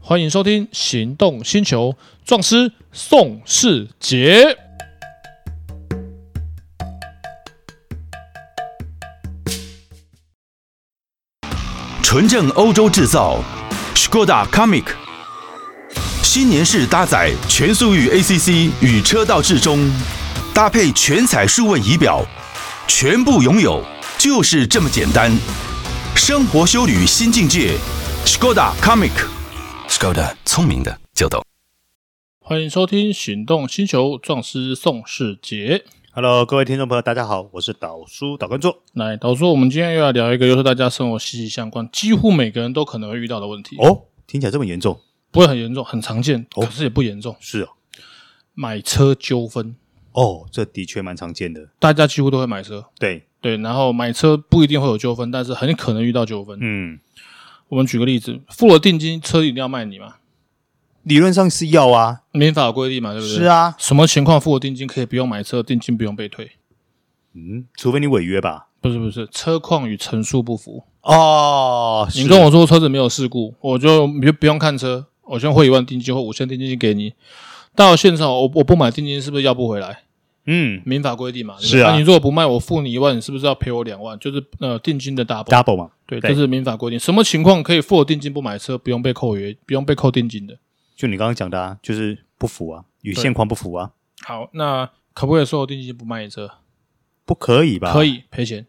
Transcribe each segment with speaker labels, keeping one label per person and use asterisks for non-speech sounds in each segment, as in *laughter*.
Speaker 1: 欢迎收听《行动星球》，壮师宋世杰。
Speaker 2: 纯正欧洲制造，Skoda Comic，新年式搭载全速域 ACC 与车道智中，搭配全彩数位仪表，全部拥有就是这么简单。生活修旅新境界，Skoda Comic，Skoda 聪明的就懂。
Speaker 1: 欢迎收听《行动星球》，壮师宋世杰。
Speaker 3: Hello，各位听众朋友，大家好，我是导叔导观众。
Speaker 1: 来，导叔，我们今天又要聊一个又是大家生活息息相关，几乎每个人都可能会遇到的问题。
Speaker 3: 哦，听起来这么严重？
Speaker 1: 不会很严重，很常见，
Speaker 3: 哦
Speaker 1: 可是也不严重。
Speaker 3: 是哦，
Speaker 1: 买车纠纷，
Speaker 3: 哦，这的确蛮常见的。
Speaker 1: 大家几乎都会买车。
Speaker 3: 对，
Speaker 1: 对，然后买车不一定会有纠纷，但是很可能遇到纠纷。
Speaker 3: 嗯，
Speaker 1: 我们举个例子，付了定金，车一定要卖你嘛？
Speaker 3: 理论上是要啊，
Speaker 1: 民法有规定嘛，对不对？
Speaker 3: 是。啊，
Speaker 1: 什么情况付了定金可以不用买车，定金不用被退？
Speaker 3: 嗯，除非你违约吧。
Speaker 1: 不是不是，车况与陈述不符。
Speaker 3: 哦，
Speaker 1: 你跟我说车子没有事故，我就你就不用看车，我先汇一万定金或五千定金给你。到了现场，我我不买定金是不是要不回来？
Speaker 3: 嗯
Speaker 1: 民法规定嘛，对不对
Speaker 3: 是啊
Speaker 1: 那你如果不卖，我付你一万，你是不是要赔我两万？就是呃定金的 double。
Speaker 3: ，double 嘛，
Speaker 1: 对，
Speaker 3: 对
Speaker 1: 这是民法规定，什么情况可以付了定金不买车，不用被扣约，不用被扣定金的？
Speaker 3: 就你刚刚讲的啊，就是不符啊，与
Speaker 1: 对
Speaker 3: 现况不符啊，
Speaker 1: 好，那可不可以收了定金不卖你车？
Speaker 3: 不可以吧？
Speaker 1: 可，以赔钱。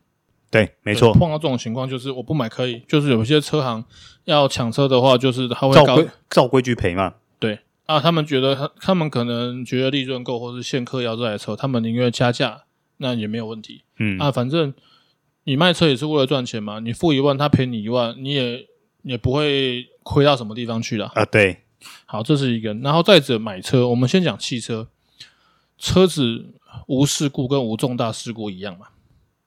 Speaker 3: 对，啊没
Speaker 1: 对
Speaker 3: 错，
Speaker 1: 碰到这种情况就是我不买可以，就是有一些车行要抢车的话，就是他会
Speaker 3: 照
Speaker 1: 告
Speaker 3: 规照规矩赔嘛。
Speaker 1: 对啊，他们觉得他他们可能觉得利润够，或是现客要这台车，他们宁愿加价，那也没有问题、
Speaker 3: 嗯，
Speaker 1: 啊。反正你卖车也是为了赚钱嘛，你付一万，他赔你一万，你也也不会亏到什么地方去啦。
Speaker 3: 啊，对，
Speaker 1: 好，这是一个，然后再者买车，我们先讲汽车，车子无事故跟无重大事故一样嘛。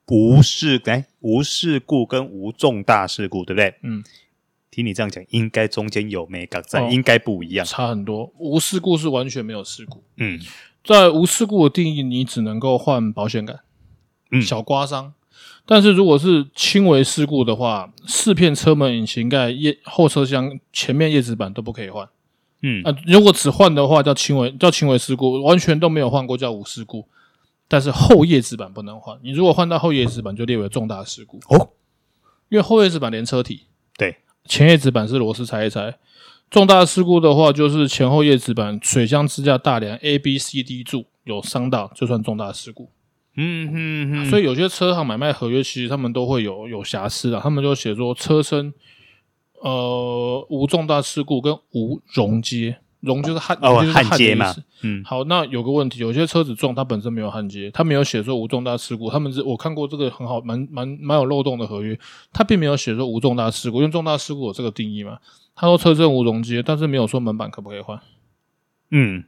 Speaker 3: 无事哎，无事故跟无重大事故，对不对？
Speaker 1: 嗯，
Speaker 3: 听你这样讲，应该中间有没港在，
Speaker 1: 哦
Speaker 3: 应该不一样。
Speaker 1: 差很多。无事故是完全没有事故，
Speaker 3: 嗯，
Speaker 1: 在无事故的定义，你只能够换保险杆、
Speaker 3: 嗯
Speaker 1: 小刮伤。但是如果是轻微事故的话，四片车门、引擎盖、叶后车厢、前面叶子板都不可以换。
Speaker 3: 嗯
Speaker 1: 啊，如果只换的话，叫轻微叫轻微事故，完全都没有换过叫无事故。但是后叶子板不能换，你如果换到后叶子板，就列为重大事故。
Speaker 3: 哦，
Speaker 1: 因为后叶子板连车体，
Speaker 3: 对，
Speaker 1: 前叶子板是螺丝拆一拆。重大事故的话，就是前后叶子板、水箱支架、大梁 A、B、C、D 柱有伤到，就算重大事故。
Speaker 3: 嗯嗯嗯，
Speaker 1: 所
Speaker 3: 以
Speaker 1: 以有些车行买卖合约，其实他们都会有有瑕疵的，他们就写说车身呃无重大事故跟无溶接，溶就是焊
Speaker 3: 哦
Speaker 1: 就是
Speaker 3: 焊接
Speaker 1: 的意
Speaker 3: 嘛
Speaker 1: 思
Speaker 3: 嗯
Speaker 1: 好，那有个问题，有些车子撞它本身没有焊接，它没有写说无重大事故，他们是我看过这个很好，蛮蛮蛮有漏洞的合约，它并没有写说无重大事故，因为重大事故有这个定义嘛。他说车身无溶接，但是没有说门板可不可以换。
Speaker 3: 嗯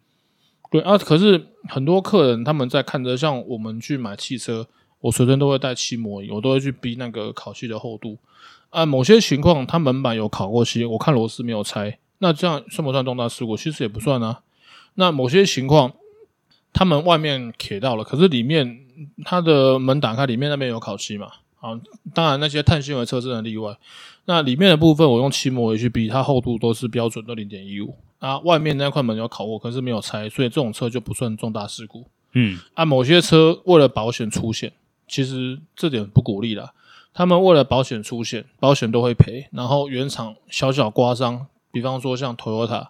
Speaker 1: 对啊，可是很多客人他们在看着，像我们去买汽车，我随身都会带漆膜仪，我都会去逼那个烤漆的厚度。啊，某些情况它门板有烤过漆，我看螺丝没有拆，那这样算不算重大事故？其实也不算啊。那某些情况，他们外面铁到了，可是里面它的门打开，里面那边有烤漆嘛？啊，当然那些碳纤维车真的例外。那里面的部分我用漆膜仪去逼，它厚度都是标准的零点一五。啊，外面那块门有烤过，可是没有拆，所以这种车就不算重大事故。
Speaker 3: 嗯
Speaker 1: 啊，某些车为了保险出险，其实这点不鼓励啦。他们为了保险出险，保险都会赔，然后原厂小小刮伤，比方说像 Toyota，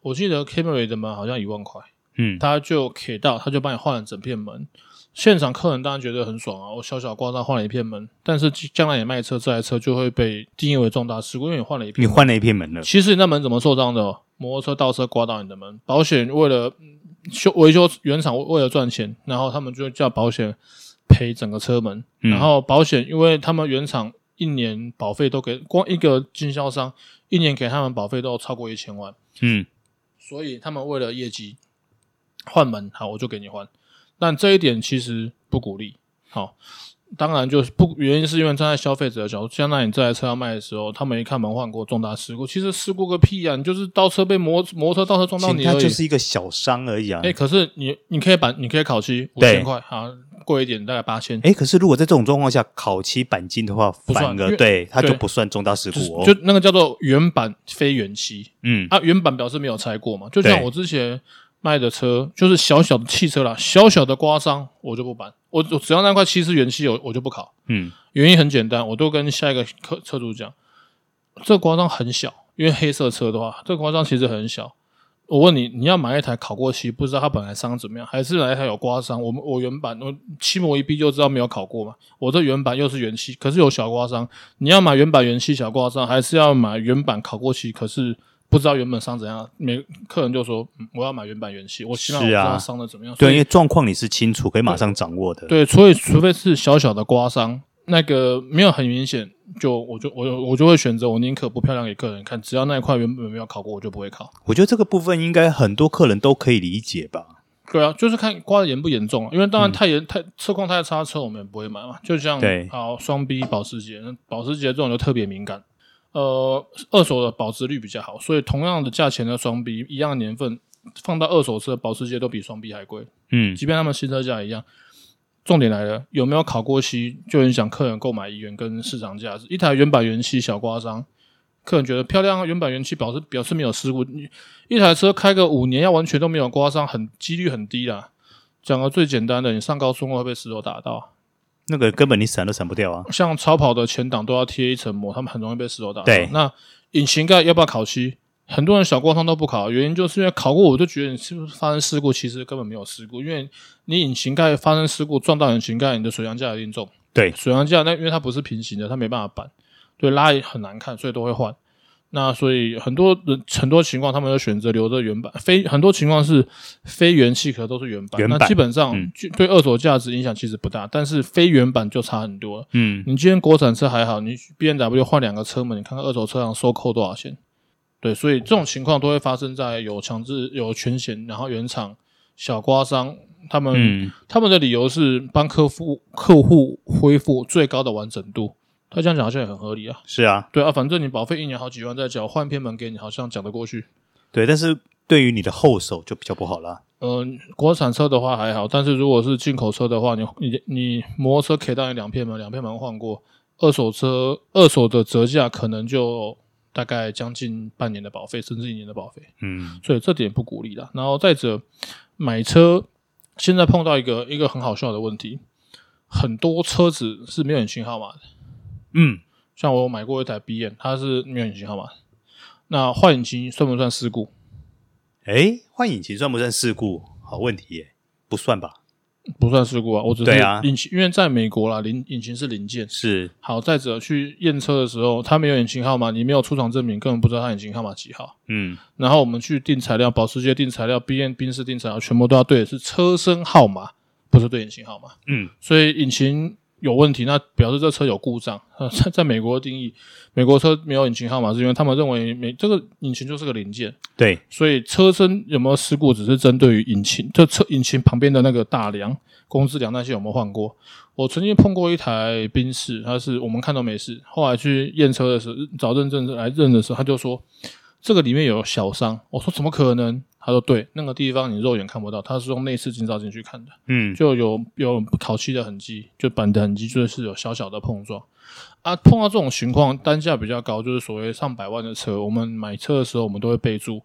Speaker 1: 我记得 Camry 的门好像一万块，
Speaker 3: 嗯，
Speaker 1: 他就 K 到，他就帮你换了整片门。现场客人当然觉得很爽啊，我小小刮伤换了一片门，但是将来你卖车，这台车就会被定义为重大事故，因为你换了一片
Speaker 3: 你
Speaker 1: 门。
Speaker 3: 换了一片门了，
Speaker 1: 其实你那门怎么受伤的？哦摩托车倒车刮到你的门，保险为了嗯修维修原厂为了赚钱，然后他们就叫保险赔整个车门，
Speaker 3: 嗯
Speaker 1: 然后保险因为他们原厂一年保费都给光一个经销商一年给他们保费都超过一千万，
Speaker 3: 嗯
Speaker 1: 所以他们为了业绩换门，好我就给你换，但这一点其实不鼓励，好。当然，就是不原因是因为站在消费者的角度，将来你这台车要卖的时候，他们一看门换过重大事故，其实事故个屁啊！你就是倒车被摩摩托车倒车撞到
Speaker 3: 请
Speaker 1: 你而
Speaker 3: 他
Speaker 1: 已哎
Speaker 3: 就。是一个小伤而已啊
Speaker 1: 哎、，可是你你可以把你可以烤漆五
Speaker 3: 对
Speaker 1: 千块啊，贵一点，大概八千。
Speaker 3: 哎，可是如果在这种状况下烤漆钣金的话，
Speaker 1: 不算
Speaker 3: 反
Speaker 1: 因
Speaker 3: 而
Speaker 1: 为
Speaker 3: 对它就
Speaker 1: 对
Speaker 3: 不算重大事
Speaker 1: 就是
Speaker 3: 故哦。
Speaker 1: 就那个叫做原版非原漆
Speaker 3: 嗯，
Speaker 1: 啊，原版表示没有拆过嘛。就像
Speaker 3: 对
Speaker 1: 我之前卖的车，就是小小的汽车啦，小小的刮伤我就不搬，我我只要那块漆是原漆，我我就不考。
Speaker 3: 嗯，
Speaker 1: 原因很简单，我都跟下一个客车主讲，这刮伤很小，因为黑色车的话，这刮伤其实很小。我问你，你要买一台烤过漆，不知道它本来伤怎么样，还是哪一台有刮伤？我们我原版我漆膜一闭就知道没有烤过嘛。我这原版又是原漆，可是有小刮伤。你要买原版原漆小刮伤，还是要买原版烤过漆？可是不知道原本伤怎样。每客人就说、嗯我要买原版原漆，我希望我知
Speaker 3: 是啊
Speaker 1: 道伤的怎么样。所
Speaker 3: 对，
Speaker 1: 以
Speaker 3: 因为状况你是清楚，可以马上掌握的。，
Speaker 1: 对，所以除非是小小的刮伤，那个没有很明显，就我就我就我就会选择我宁可不漂亮给客人看，只要那一块原本没有烤过，我就不会烤。
Speaker 3: 我觉得这个部分应该很多客人都可以理解吧？
Speaker 1: 对啊，就是看刮的严不严重啊，因为当然太严、太车况太差，车我们也不会买嘛。就像
Speaker 3: 对
Speaker 1: 好双 B 保时捷，那保时捷这种就特别敏感。呃，二手的保值率比较好，所以同样的价钱的双 B，一样的年份放到二手车，保时捷都比双 B 还贵。
Speaker 3: 嗯，
Speaker 1: 即便他们新车价一样。重点来了，有没有考过漆就影响客人购买意愿跟市场价值。一台原版原漆小刮伤，客人觉得漂亮啊，原版原漆表示表示没有事故。你一台车开个五年要完全都没有刮伤，很几率很低啦。讲个最简单的，你上高速公路会被石头打到，
Speaker 3: 那个根本你闪都闪不掉啊。
Speaker 1: 像超跑的前挡都要贴一层膜，他们很容易被石头打到。
Speaker 3: 对
Speaker 1: 那引擎盖要不要烤漆？很多人小刮伤都不烤，原因就是因为烤过，我就觉得你是不是发生事故，其实根本没有事故，因为你引擎盖发生事故撞到引擎盖，你的水箱架一定重。
Speaker 3: 对
Speaker 1: 水箱架那因为它不是平行的，它没办法板，对，拉也很难看，所以都会换。那所以很多人很多情况，他们就选择留着原版，非很多情况是非原系，可都是原版。
Speaker 3: 原版
Speaker 1: 那基本上、
Speaker 3: 嗯
Speaker 1: 就对二手价值影响其实不大，但是非原版就差很多了。
Speaker 3: 嗯，
Speaker 1: 你今天国产车还好，你 B N W 换两个车门，你看看二手车行收扣多少钱？对，所以这种情况都会发生在有强制、有全险，然后原厂小刮伤，他们、
Speaker 3: 嗯
Speaker 1: 他们的理由是帮客户客户恢复最高的完整度。他这样讲好像也很合理啊。
Speaker 3: 是啊，
Speaker 1: 对啊，反正你保费一年好几万再缴，换偏门给你，好像讲得过去。
Speaker 3: 对，但是对于你的后手就比较不好啦。
Speaker 1: 嗯、国产车的话还好，但是如果是进口车的话，你你你摩托车可以当你两片门，两片门换过，二手车二手的折价可能就大概将近半年的保费，甚至一年的保费，
Speaker 3: 嗯，
Speaker 1: 所以这点不鼓励啦。然后再者，买车现在碰到一个一个很好笑的问题，很多车子是没有引擎号码的。
Speaker 3: 嗯，
Speaker 1: 像我有买过一台 B N，它是没有引擎号码的，那换引擎算不算事故？
Speaker 3: 诶，换引擎算不算事故？好问题耶，不算吧？
Speaker 1: 不算事故啊，我只
Speaker 3: 对
Speaker 1: 是
Speaker 3: 啊
Speaker 1: 引擎，因为在美国啦，零引擎是零件。
Speaker 3: 是，
Speaker 1: 好，再者去验车的时候，他没有引擎号码，你没有出厂证明，根本不知道他引擎号码几号。
Speaker 3: 嗯，
Speaker 1: 然后我们去订材料，保时捷订材料，B N 宾士订材料，全部都要对的是车身号码，不是对引擎号码。
Speaker 3: 嗯，
Speaker 1: 所以引擎有问题，那表示这车有故障。呃在在美国的定义，美国车没有引擎号码，是因为他们认为每这个引擎就是个零件，
Speaker 3: 对，
Speaker 1: 所以车身有没有事故，只是针对于引擎，这车引擎旁边的那个大梁、工资梁那些有没有换过？我曾经碰过一台宾士，它是我们看都没事，后来去验车的时候找认证来认的时候，他就说这个里面有小伤。我说怎么可能？他说对，那个地方你肉眼看不到，他是用内视镜照进去看的，
Speaker 3: 嗯，
Speaker 1: 就有有烤漆的痕迹，就板的痕迹，就是有小小的碰撞。啊，碰到这种情况，单价比较高，就是所谓上百万的车，我们买车的时候，我们都会备注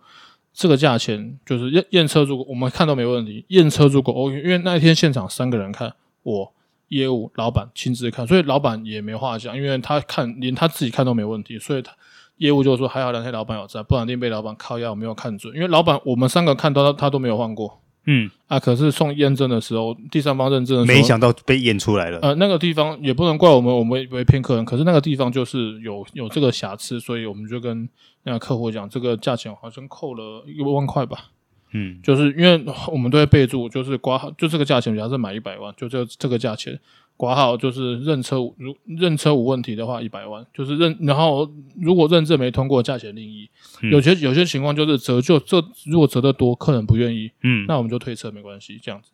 Speaker 1: 这个价钱，就是验验车，如果我们看都没问题，验车如果 OK，因为那一天现场三个人看，我业务老板亲自看，所以老板也没话讲，因为他看连他自己看都没问题，所以他业务就说还好两天老板有在，不然一定被老板靠腰我没有看准，因为老板我们三个看到他他都没有换过
Speaker 3: 嗯，
Speaker 1: 啊，可是送验证的时候，第三方认证的时候，
Speaker 3: 没想到被验出来了。
Speaker 1: 呃，那个地方也不能怪我们，我们也不会骗客人。可是那个地方就是有有这个瑕疵，所以我们就跟那个客户讲，这个价钱好像扣了一万块吧。
Speaker 3: 嗯，
Speaker 1: 就是因为我们都会备注，就是挂号，就这个价钱，假设买一百万，就这这个价钱，挂号就是认车无如认车无问题的话，一百万就是认，然后如果认证没通过，价钱另议。
Speaker 3: 嗯
Speaker 1: 有些有些情况就是折旧，这如果折得多，客人不愿意，
Speaker 3: 嗯，
Speaker 1: 那我们就退车没关系，这样子。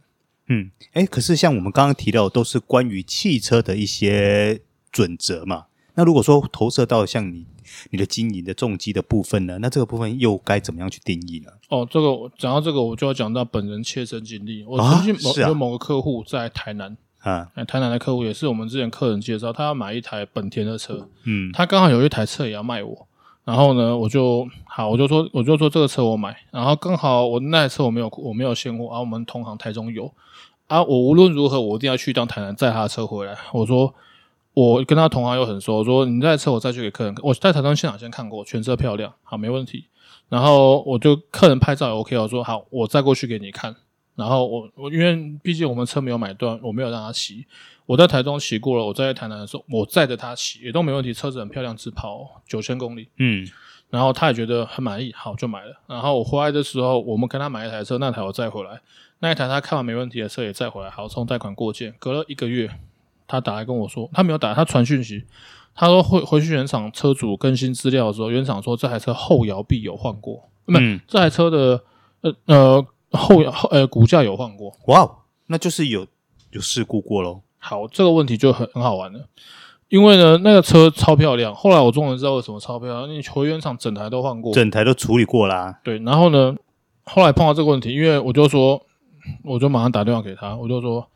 Speaker 3: 嗯，哎，可是像我们刚刚提到，都是关于汽车的一些准则嘛。那如果说投射到像你你的经营的重机的部分呢，那这个部分又该怎么样去定义呢？
Speaker 1: 哦，这个我讲到这个，我就要讲到本人切身经历。我
Speaker 3: 啊
Speaker 1: 曾经某、
Speaker 3: 是啊
Speaker 1: 有某个客户在台南，
Speaker 3: 啊，
Speaker 1: 哎，台南的客户也是我们之前客人介绍，他要买一台本田的车，
Speaker 3: 嗯
Speaker 1: 他刚好有一台车也要卖我，然后呢，我就好，我就说我就说这个车我买，然后刚好我那台车我没有我没有现货，啊，我们同行台中有，啊，我无论如何我一定要去一趟台南载他的车回来，我说。我跟他同行又很熟，我说你这台车我再去给客人看，我在台中现场先看过，全车漂亮，好没问题。然后我就客人拍照也 OK，我说好，我再过去给你看。然后我我因为毕竟我们车没有买断，我没有让他骑，我在台中骑过了，我在台南的时候，我载着他骑也都没问题，车子很漂亮，只跑九千公里，
Speaker 3: 嗯
Speaker 1: 然后他也觉得很满意，好就买了。然后我回来的时候，我们跟他买一台车，那台我载回来，那一台他看完没问题的车也载回来，好送贷款过件。隔了一个月，他打来跟我说，他没有打，他传讯息，他说回回去原厂车主更新资料的时候，原厂说这台车后摇臂有换过，没、
Speaker 3: 嗯，
Speaker 1: 这台车的呃呃后摇后呃骨架有换过，
Speaker 3: 哇哦，那就是有有事故过喽，
Speaker 1: 好，这个问题就很很好玩了，因为呢，那个车超漂亮。后来我终于知道为什么超漂亮，因为球员厂整台都换过。
Speaker 3: 整台都处理过啦，
Speaker 1: 对，然后呢，后来碰到这个问题，因为我就说，我就马上打电话给他，我就说，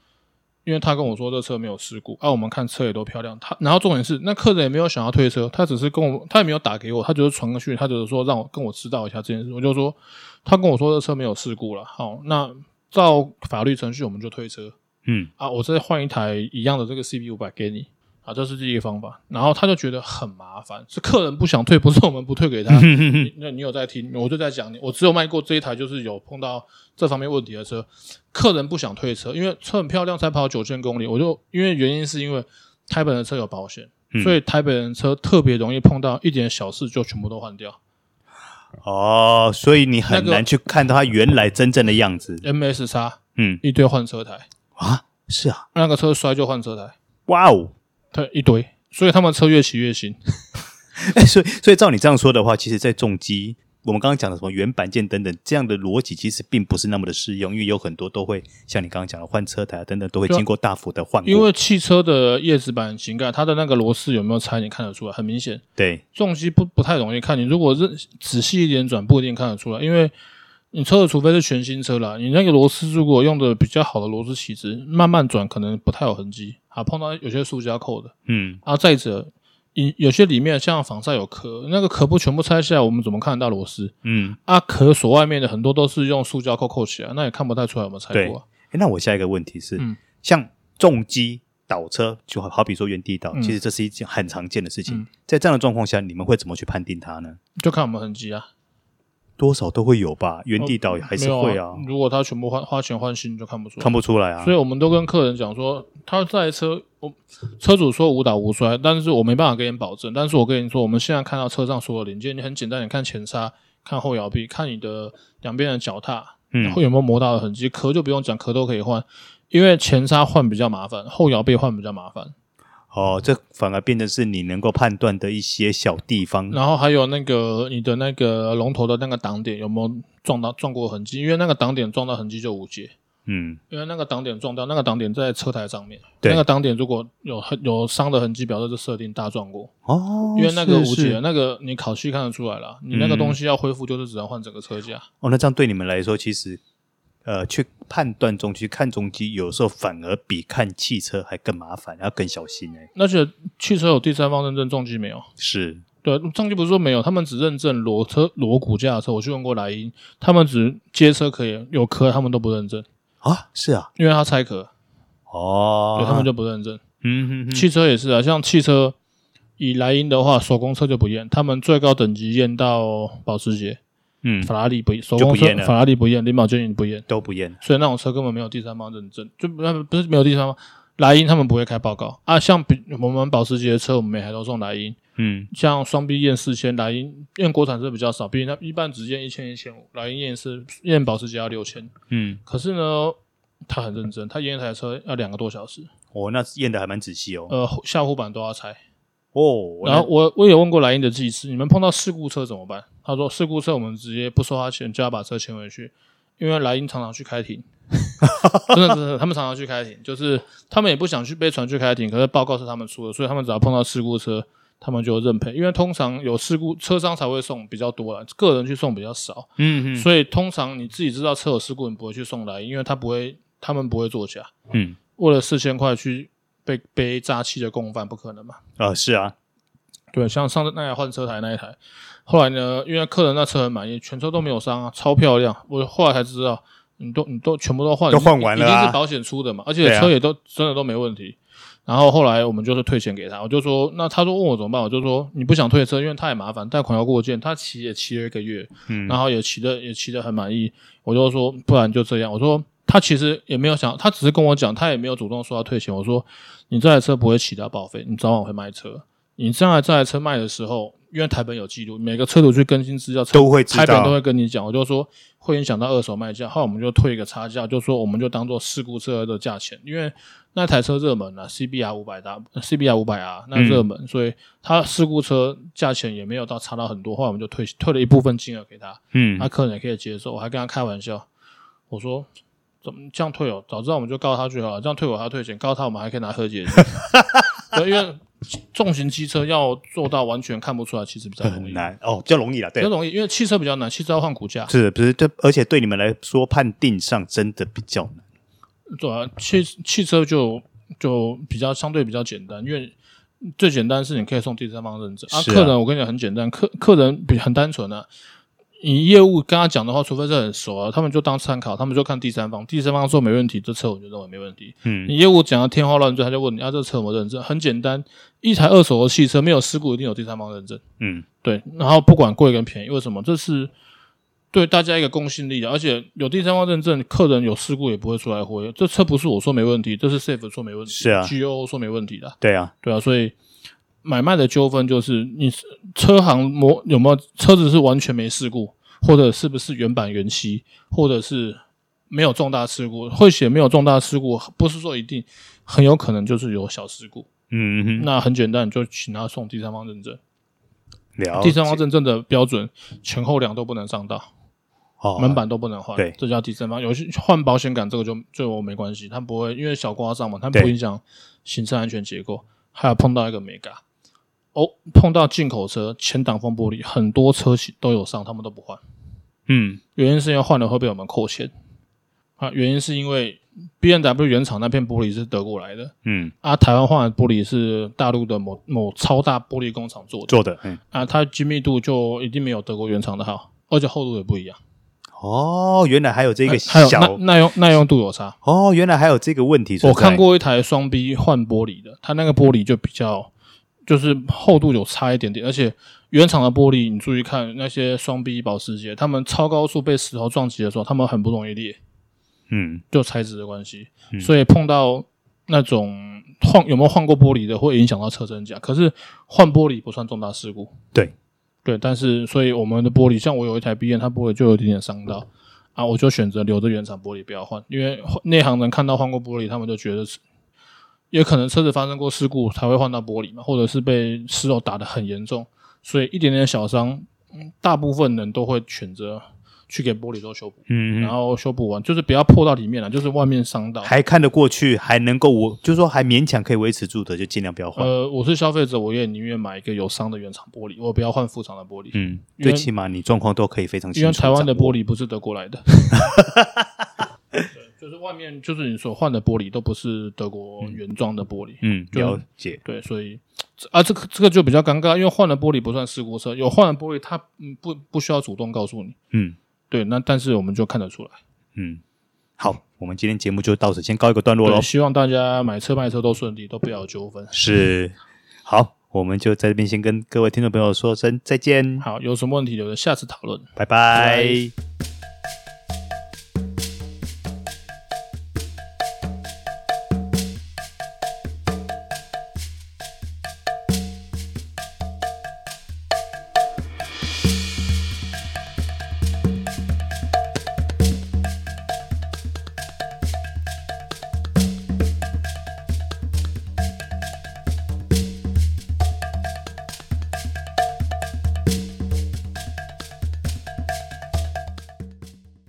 Speaker 1: 因为他跟我说这车没有事故，啊，我们看车也都漂亮。他然后重点是，那客人也没有想要退车，他只是跟我，他也没有打给我，他只是传过去，他只是说让我跟我知道一下这件事。我就说，他跟我说这车没有事故了，好，那照法律程序我们就退车。
Speaker 3: 嗯
Speaker 1: 啊，我再换一台一样的这个 CB 五百给你。啊，这是第一个方法。然后他就觉得很麻烦，是客人不想退，不是我们不退给他。你那你有在听？我就在讲你，我只有卖过这一台，就是有碰到这方面问题的车，客人不想退车，因为车很漂亮，才跑九千公里。我就因为原因是因为台本的车有保险，
Speaker 3: 嗯
Speaker 1: 所以台本人车特别容易碰到一点小事就全部都换掉。
Speaker 3: 哦，所以你很
Speaker 1: 那个
Speaker 3: 难去看到它原来真正的样子，
Speaker 1: MS 叉
Speaker 3: 嗯
Speaker 1: 一堆换车台，
Speaker 3: 啊，是啊，
Speaker 1: 那个车摔就换车台，
Speaker 3: 哇哦， *laughs*
Speaker 1: 对，一堆。所以他们车越骑越新。
Speaker 3: 哎，所以所以照你这样说的话，其实，在重机，我们刚刚讲的什么原板件等等这样的逻辑，其实并不是那么的适用，因为有很多都会像你刚刚讲的换车台啊等等，都会
Speaker 1: 对啊
Speaker 3: 经过大幅的换过。
Speaker 1: 因为汽车的叶子板型盖，它的那个螺丝有没有拆，你看得出来，很明显。
Speaker 3: 对，
Speaker 1: 重机不不太容易看，你如果认仔细一点转，不一定看得出来，因为你车子除非是全新车啦，你那个螺丝如果用的比较好的螺丝起子，慢慢转可能不太有痕迹，啊，碰到有些塑胶扣的，
Speaker 3: 嗯，
Speaker 1: 啊，再者。有有些里面像防晒有壳，那个壳不全部拆下来，我们怎么看得到螺丝？
Speaker 3: 嗯，
Speaker 1: 啊，壳所外面的很多都是用塑胶扣扣起来，那也看不太出来有没有拆过、啊。
Speaker 3: 诶那我下一个问题是，
Speaker 1: 嗯
Speaker 3: 像重机倒车，就好好比说原地倒，
Speaker 1: 嗯
Speaker 3: 其实这是一件很常见的事情。
Speaker 1: 嗯
Speaker 3: 在这样的状况下，你们会怎么去判定它呢？
Speaker 1: 就看有没有痕迹啊。
Speaker 3: 多少都会有吧，原地倒还是
Speaker 1: 哦没
Speaker 3: 会
Speaker 1: 有
Speaker 3: 啊，
Speaker 1: 如果他全部花花钱换新，就看不出来。
Speaker 3: 看不出来啊
Speaker 1: 所。以我们都跟客人讲说，他这台车，我车主说无倒无摔，但是我没办法给你保证。但是我跟你说，我们现在看到车上所有零件，你很简单，你看前叉，看后摇臂，看你的两边的脚踏，
Speaker 3: 嗯
Speaker 1: 会有没有磨到的痕迹。壳就不用讲，壳都可以换，因为前叉换比较麻烦，后摇臂换比较麻烦。
Speaker 3: 哦，这反而变成是你能够判断的一些小地方。
Speaker 1: 然后还有那个你的那个龙头的那个挡点有没有撞到撞过痕迹？因为那个挡点撞到痕迹就无解。
Speaker 3: 嗯，
Speaker 1: 因为那个挡点撞到，那个挡点在车台上面，
Speaker 3: 对
Speaker 1: 那个挡点如果有痕有伤的痕迹，表示这设定大撞过。
Speaker 3: 哦，
Speaker 1: 因为那个
Speaker 3: 是
Speaker 1: 无
Speaker 3: 是
Speaker 1: 解，那个你烤漆看得出来了，你
Speaker 3: 嗯
Speaker 1: 那个东西要恢复，就是只能换整个车架。
Speaker 3: 哦，那这样对你们来说，其实呃，去判断中去看中机，有时候反而比看汽车还更麻烦，要更小心哎、
Speaker 1: 而且汽车有第三方认证，重机没有。
Speaker 3: 是，
Speaker 1: 对，重机不是说没有，他们只认证裸车、裸骨架的车。我去问过莱茵，他们只接车可以有壳，他们都不认证，
Speaker 3: 啊，是啊，
Speaker 1: 因为它拆壳，
Speaker 3: 哦，
Speaker 1: 对，他们就不认证。
Speaker 3: 嗯哼哼
Speaker 1: 汽车也是啊，像汽车以莱茵的话，手工车就不验，他们最高等级验到保时捷。
Speaker 3: 嗯
Speaker 1: 法拉利不手
Speaker 3: 就
Speaker 1: 工
Speaker 3: 不
Speaker 1: 车
Speaker 3: 验了
Speaker 1: 法拉利不验，林宝坚尼不验，
Speaker 3: 都不验，
Speaker 1: 所以那种车根本没有第三方认证，就不不是没有第三方。莱茵他们不会开报告啊，像比我们保时捷的车，我们每台都送莱茵，
Speaker 3: 嗯
Speaker 1: 像双 B 验四千，莱茵验国产车比较少，毕竟它一般只验一千一千五，莱茵验是验保时捷要六千，
Speaker 3: 嗯，
Speaker 1: 可是呢，他很认真，他验一台车要两个多小时，
Speaker 3: 哦，那验的还蛮仔细哦，
Speaker 1: 呃，下护板都要拆。
Speaker 3: 哦，
Speaker 1: 然后我我也问过莱茵的技师，你们碰到事故车怎么办？他说事故车我们直接不收他钱，叫他把车牵回去，因为莱茵常常去开
Speaker 3: *laughs*
Speaker 1: 庭，真的真的，他们常常去开庭，就是他们也不想去被传去开庭，可是报告是他们出的，所以他们只要碰到事故车，他们就认赔，因为通常有事故车商才会送比较多啦，个人去送比较少，
Speaker 3: 嗯嗯
Speaker 1: 所以通常你自己知道车有事故，你不会去送莱茵，因为他不会，他们不会作假。
Speaker 3: 嗯，
Speaker 1: 为了四千块去被背诈欺的共犯，不可能嘛？
Speaker 3: 啊、是啊，
Speaker 1: 对，像上次那台换车台那一台，后来呢，因为客人那车很满意，全车都没有伤啊，超漂亮。我后来才知道，你都你都全部都换，
Speaker 3: 都换完了啊
Speaker 1: 一定是保险出的嘛，而
Speaker 3: 对
Speaker 1: 且
Speaker 3: 啊
Speaker 1: 车也都、真的都没问题。然后后来我们就是退钱给他，我就说，那他说问我怎么办，我就说你不想退车，因为太麻烦，贷款要过件，他骑也骑了一个月，
Speaker 3: 嗯
Speaker 1: 然后也骑的也骑的很满意，我就说不然就这样，我说他其实也没有想，他只是跟我讲，他也没有主动说要退钱，我说你这台车不会骑到报废，你早晚会卖车，你将来这台车卖的时候，因为台本有记录，每个车主去更新资料，
Speaker 3: 都会知道
Speaker 1: 台本都会跟你讲。我就说会影响到二手卖价，后来我们就退一个差价，就说我们就当做事故车的价钱，因为那台车热门啊，CBR 五百 W、CBR 五百 R
Speaker 3: 嗯
Speaker 1: 那热门，所以它事故车价钱也没有到差到很多，后来我们就退退了一部分金额给他，
Speaker 3: 嗯
Speaker 1: 他客人也可以接受。我还跟他开玩笑，我说。怎么这样退哦？早知道我们就告他就好了，这样退我还要退钱，告他我们还可以拿和解金。 *laughs* 对，因为重型机车要做到完全看不出来，其实比较容易
Speaker 3: 很，难哦，比较容易了，
Speaker 1: 比
Speaker 3: 对
Speaker 1: 较，容易，因为汽车比较难，汽车要换骨架，
Speaker 3: 是不是？这而且对你们来说判定上真的比较难，
Speaker 1: 对啊，汽汽车就就比较相对比较简单，因为最简单是你可以送第三方认证啊。
Speaker 3: 是啊
Speaker 1: 客人我跟你讲很简单，客客人比很单纯啊。你业务跟他讲的话，除非是很熟啊，他们就当参考，他们就看第三方，第三方说没问题，这车我就认为没问题。
Speaker 3: 嗯，
Speaker 1: 你业务讲的天花乱坠，他就问你啊，这车有没有认证？很简单，一台二手的汽车没有事故，一定有第三方认证。
Speaker 3: 嗯，
Speaker 1: 对，然后不管贵跟便宜，为什么？这是对大家一个公信力啊的，而且有第三方认证，客人有事故也不会出来回。这车不是我说没问题，这是 Safe 说没问题，
Speaker 3: 是啊
Speaker 1: ，GO 说没问题的，
Speaker 3: 对啊，
Speaker 1: 对啊，所以买卖的纠纷就是你是车行模有没有车子是完全没事故，或者是不是原版原漆，或者是没有重大事故，会写没有重大事故，不是说一定，很有可能就是有小事故。
Speaker 3: 嗯哼，
Speaker 1: 那很简单，你就请他送第三方认证。
Speaker 3: 了
Speaker 1: 第三方
Speaker 3: 解
Speaker 1: 认证的标准，前后梁都不能上到，
Speaker 3: 哦
Speaker 1: 门板都不能换，
Speaker 3: 对
Speaker 1: 这叫第三方。有些换保险杆这个就就我没关系，它不会因为小刮伤嘛，它
Speaker 3: 对
Speaker 1: 不影响行车安全结构。还有碰到一个美嘎，哦，碰到进口车前挡风玻璃，很多车企都有上，他们都不换，
Speaker 3: 嗯，
Speaker 1: 原因是因为换了会被我们扣钱啊，原因是因为 B N W 原厂那片玻璃是德国来的
Speaker 3: 嗯，
Speaker 1: 啊，台湾换的玻璃是大陆的某某超大玻璃工厂做的。
Speaker 3: 做的，嗯，
Speaker 1: 啊，它精密度就一定没有德国原厂的好，而且厚度也不一样。
Speaker 3: 哦，原来还有这
Speaker 1: 那
Speaker 3: 个
Speaker 1: 哎还有耐
Speaker 3: 小，
Speaker 1: 耐用耐用度有差。
Speaker 3: 哦，原来还有这个问题，
Speaker 1: 我看，过一台双 B 换玻璃的，它那个玻璃就比较就是厚度有差一点点，而且原厂的玻璃你注意看那些双 B 保时捷，他们超高速被石头撞击的时候，他们很不容易裂，
Speaker 3: 嗯，
Speaker 1: 就材质的关系，所以碰到那种换有没有换过玻璃的，会影响到车身架。可是换玻璃不算重大事故，
Speaker 3: 对，
Speaker 1: 对，但是所以我们的玻璃，像我有一台 B N，它玻璃就有一点点伤到啊，我就选择留着原厂玻璃不要换，因为换内行人看到换过玻璃，他们就觉得是也可能车子发生过事故才会换到玻璃嘛，或者是被石头打得很严重，所以一点点小伤，嗯大部分人都会选择去给玻璃做修补。
Speaker 3: 嗯
Speaker 1: 然后修补完，就是不要破到里面了，就是外面伤到。
Speaker 3: 还看得过去，还能够我就是说还勉强可以维持住的，就尽量不要换。
Speaker 1: 呃，我是消费者，我也宁愿买一个有伤的原厂玻璃，我不要换副厂的玻璃，
Speaker 3: 嗯，
Speaker 1: 因为
Speaker 3: 最起码你状况都可以非常清
Speaker 1: 因
Speaker 3: 楚。
Speaker 1: 为台湾的玻
Speaker 3: 璃，
Speaker 1: 璃不是德国
Speaker 3: *laughs*
Speaker 1: 来的。对，就是外面就是你所换的玻璃都不是德国原装的玻璃。
Speaker 3: 嗯，
Speaker 1: 就
Speaker 3: 了解，
Speaker 1: 对，所以这啊，这个这个就比较尴尬，因为换了玻璃不算事故车，有换了玻璃它嗯不不需要主动告诉你。
Speaker 3: 嗯
Speaker 1: 对，那但是我们就看得出来。
Speaker 3: 嗯，好，我们今天节目就到此先告一个段落喽
Speaker 1: 对，。希望大家买车卖车都顺利，都不要有纠纷。
Speaker 3: 是，好，我们就在这边先跟各位听众朋友说声再见，
Speaker 1: 好，有什么问题留着下次讨论。
Speaker 3: 拜拜。
Speaker 1: 拜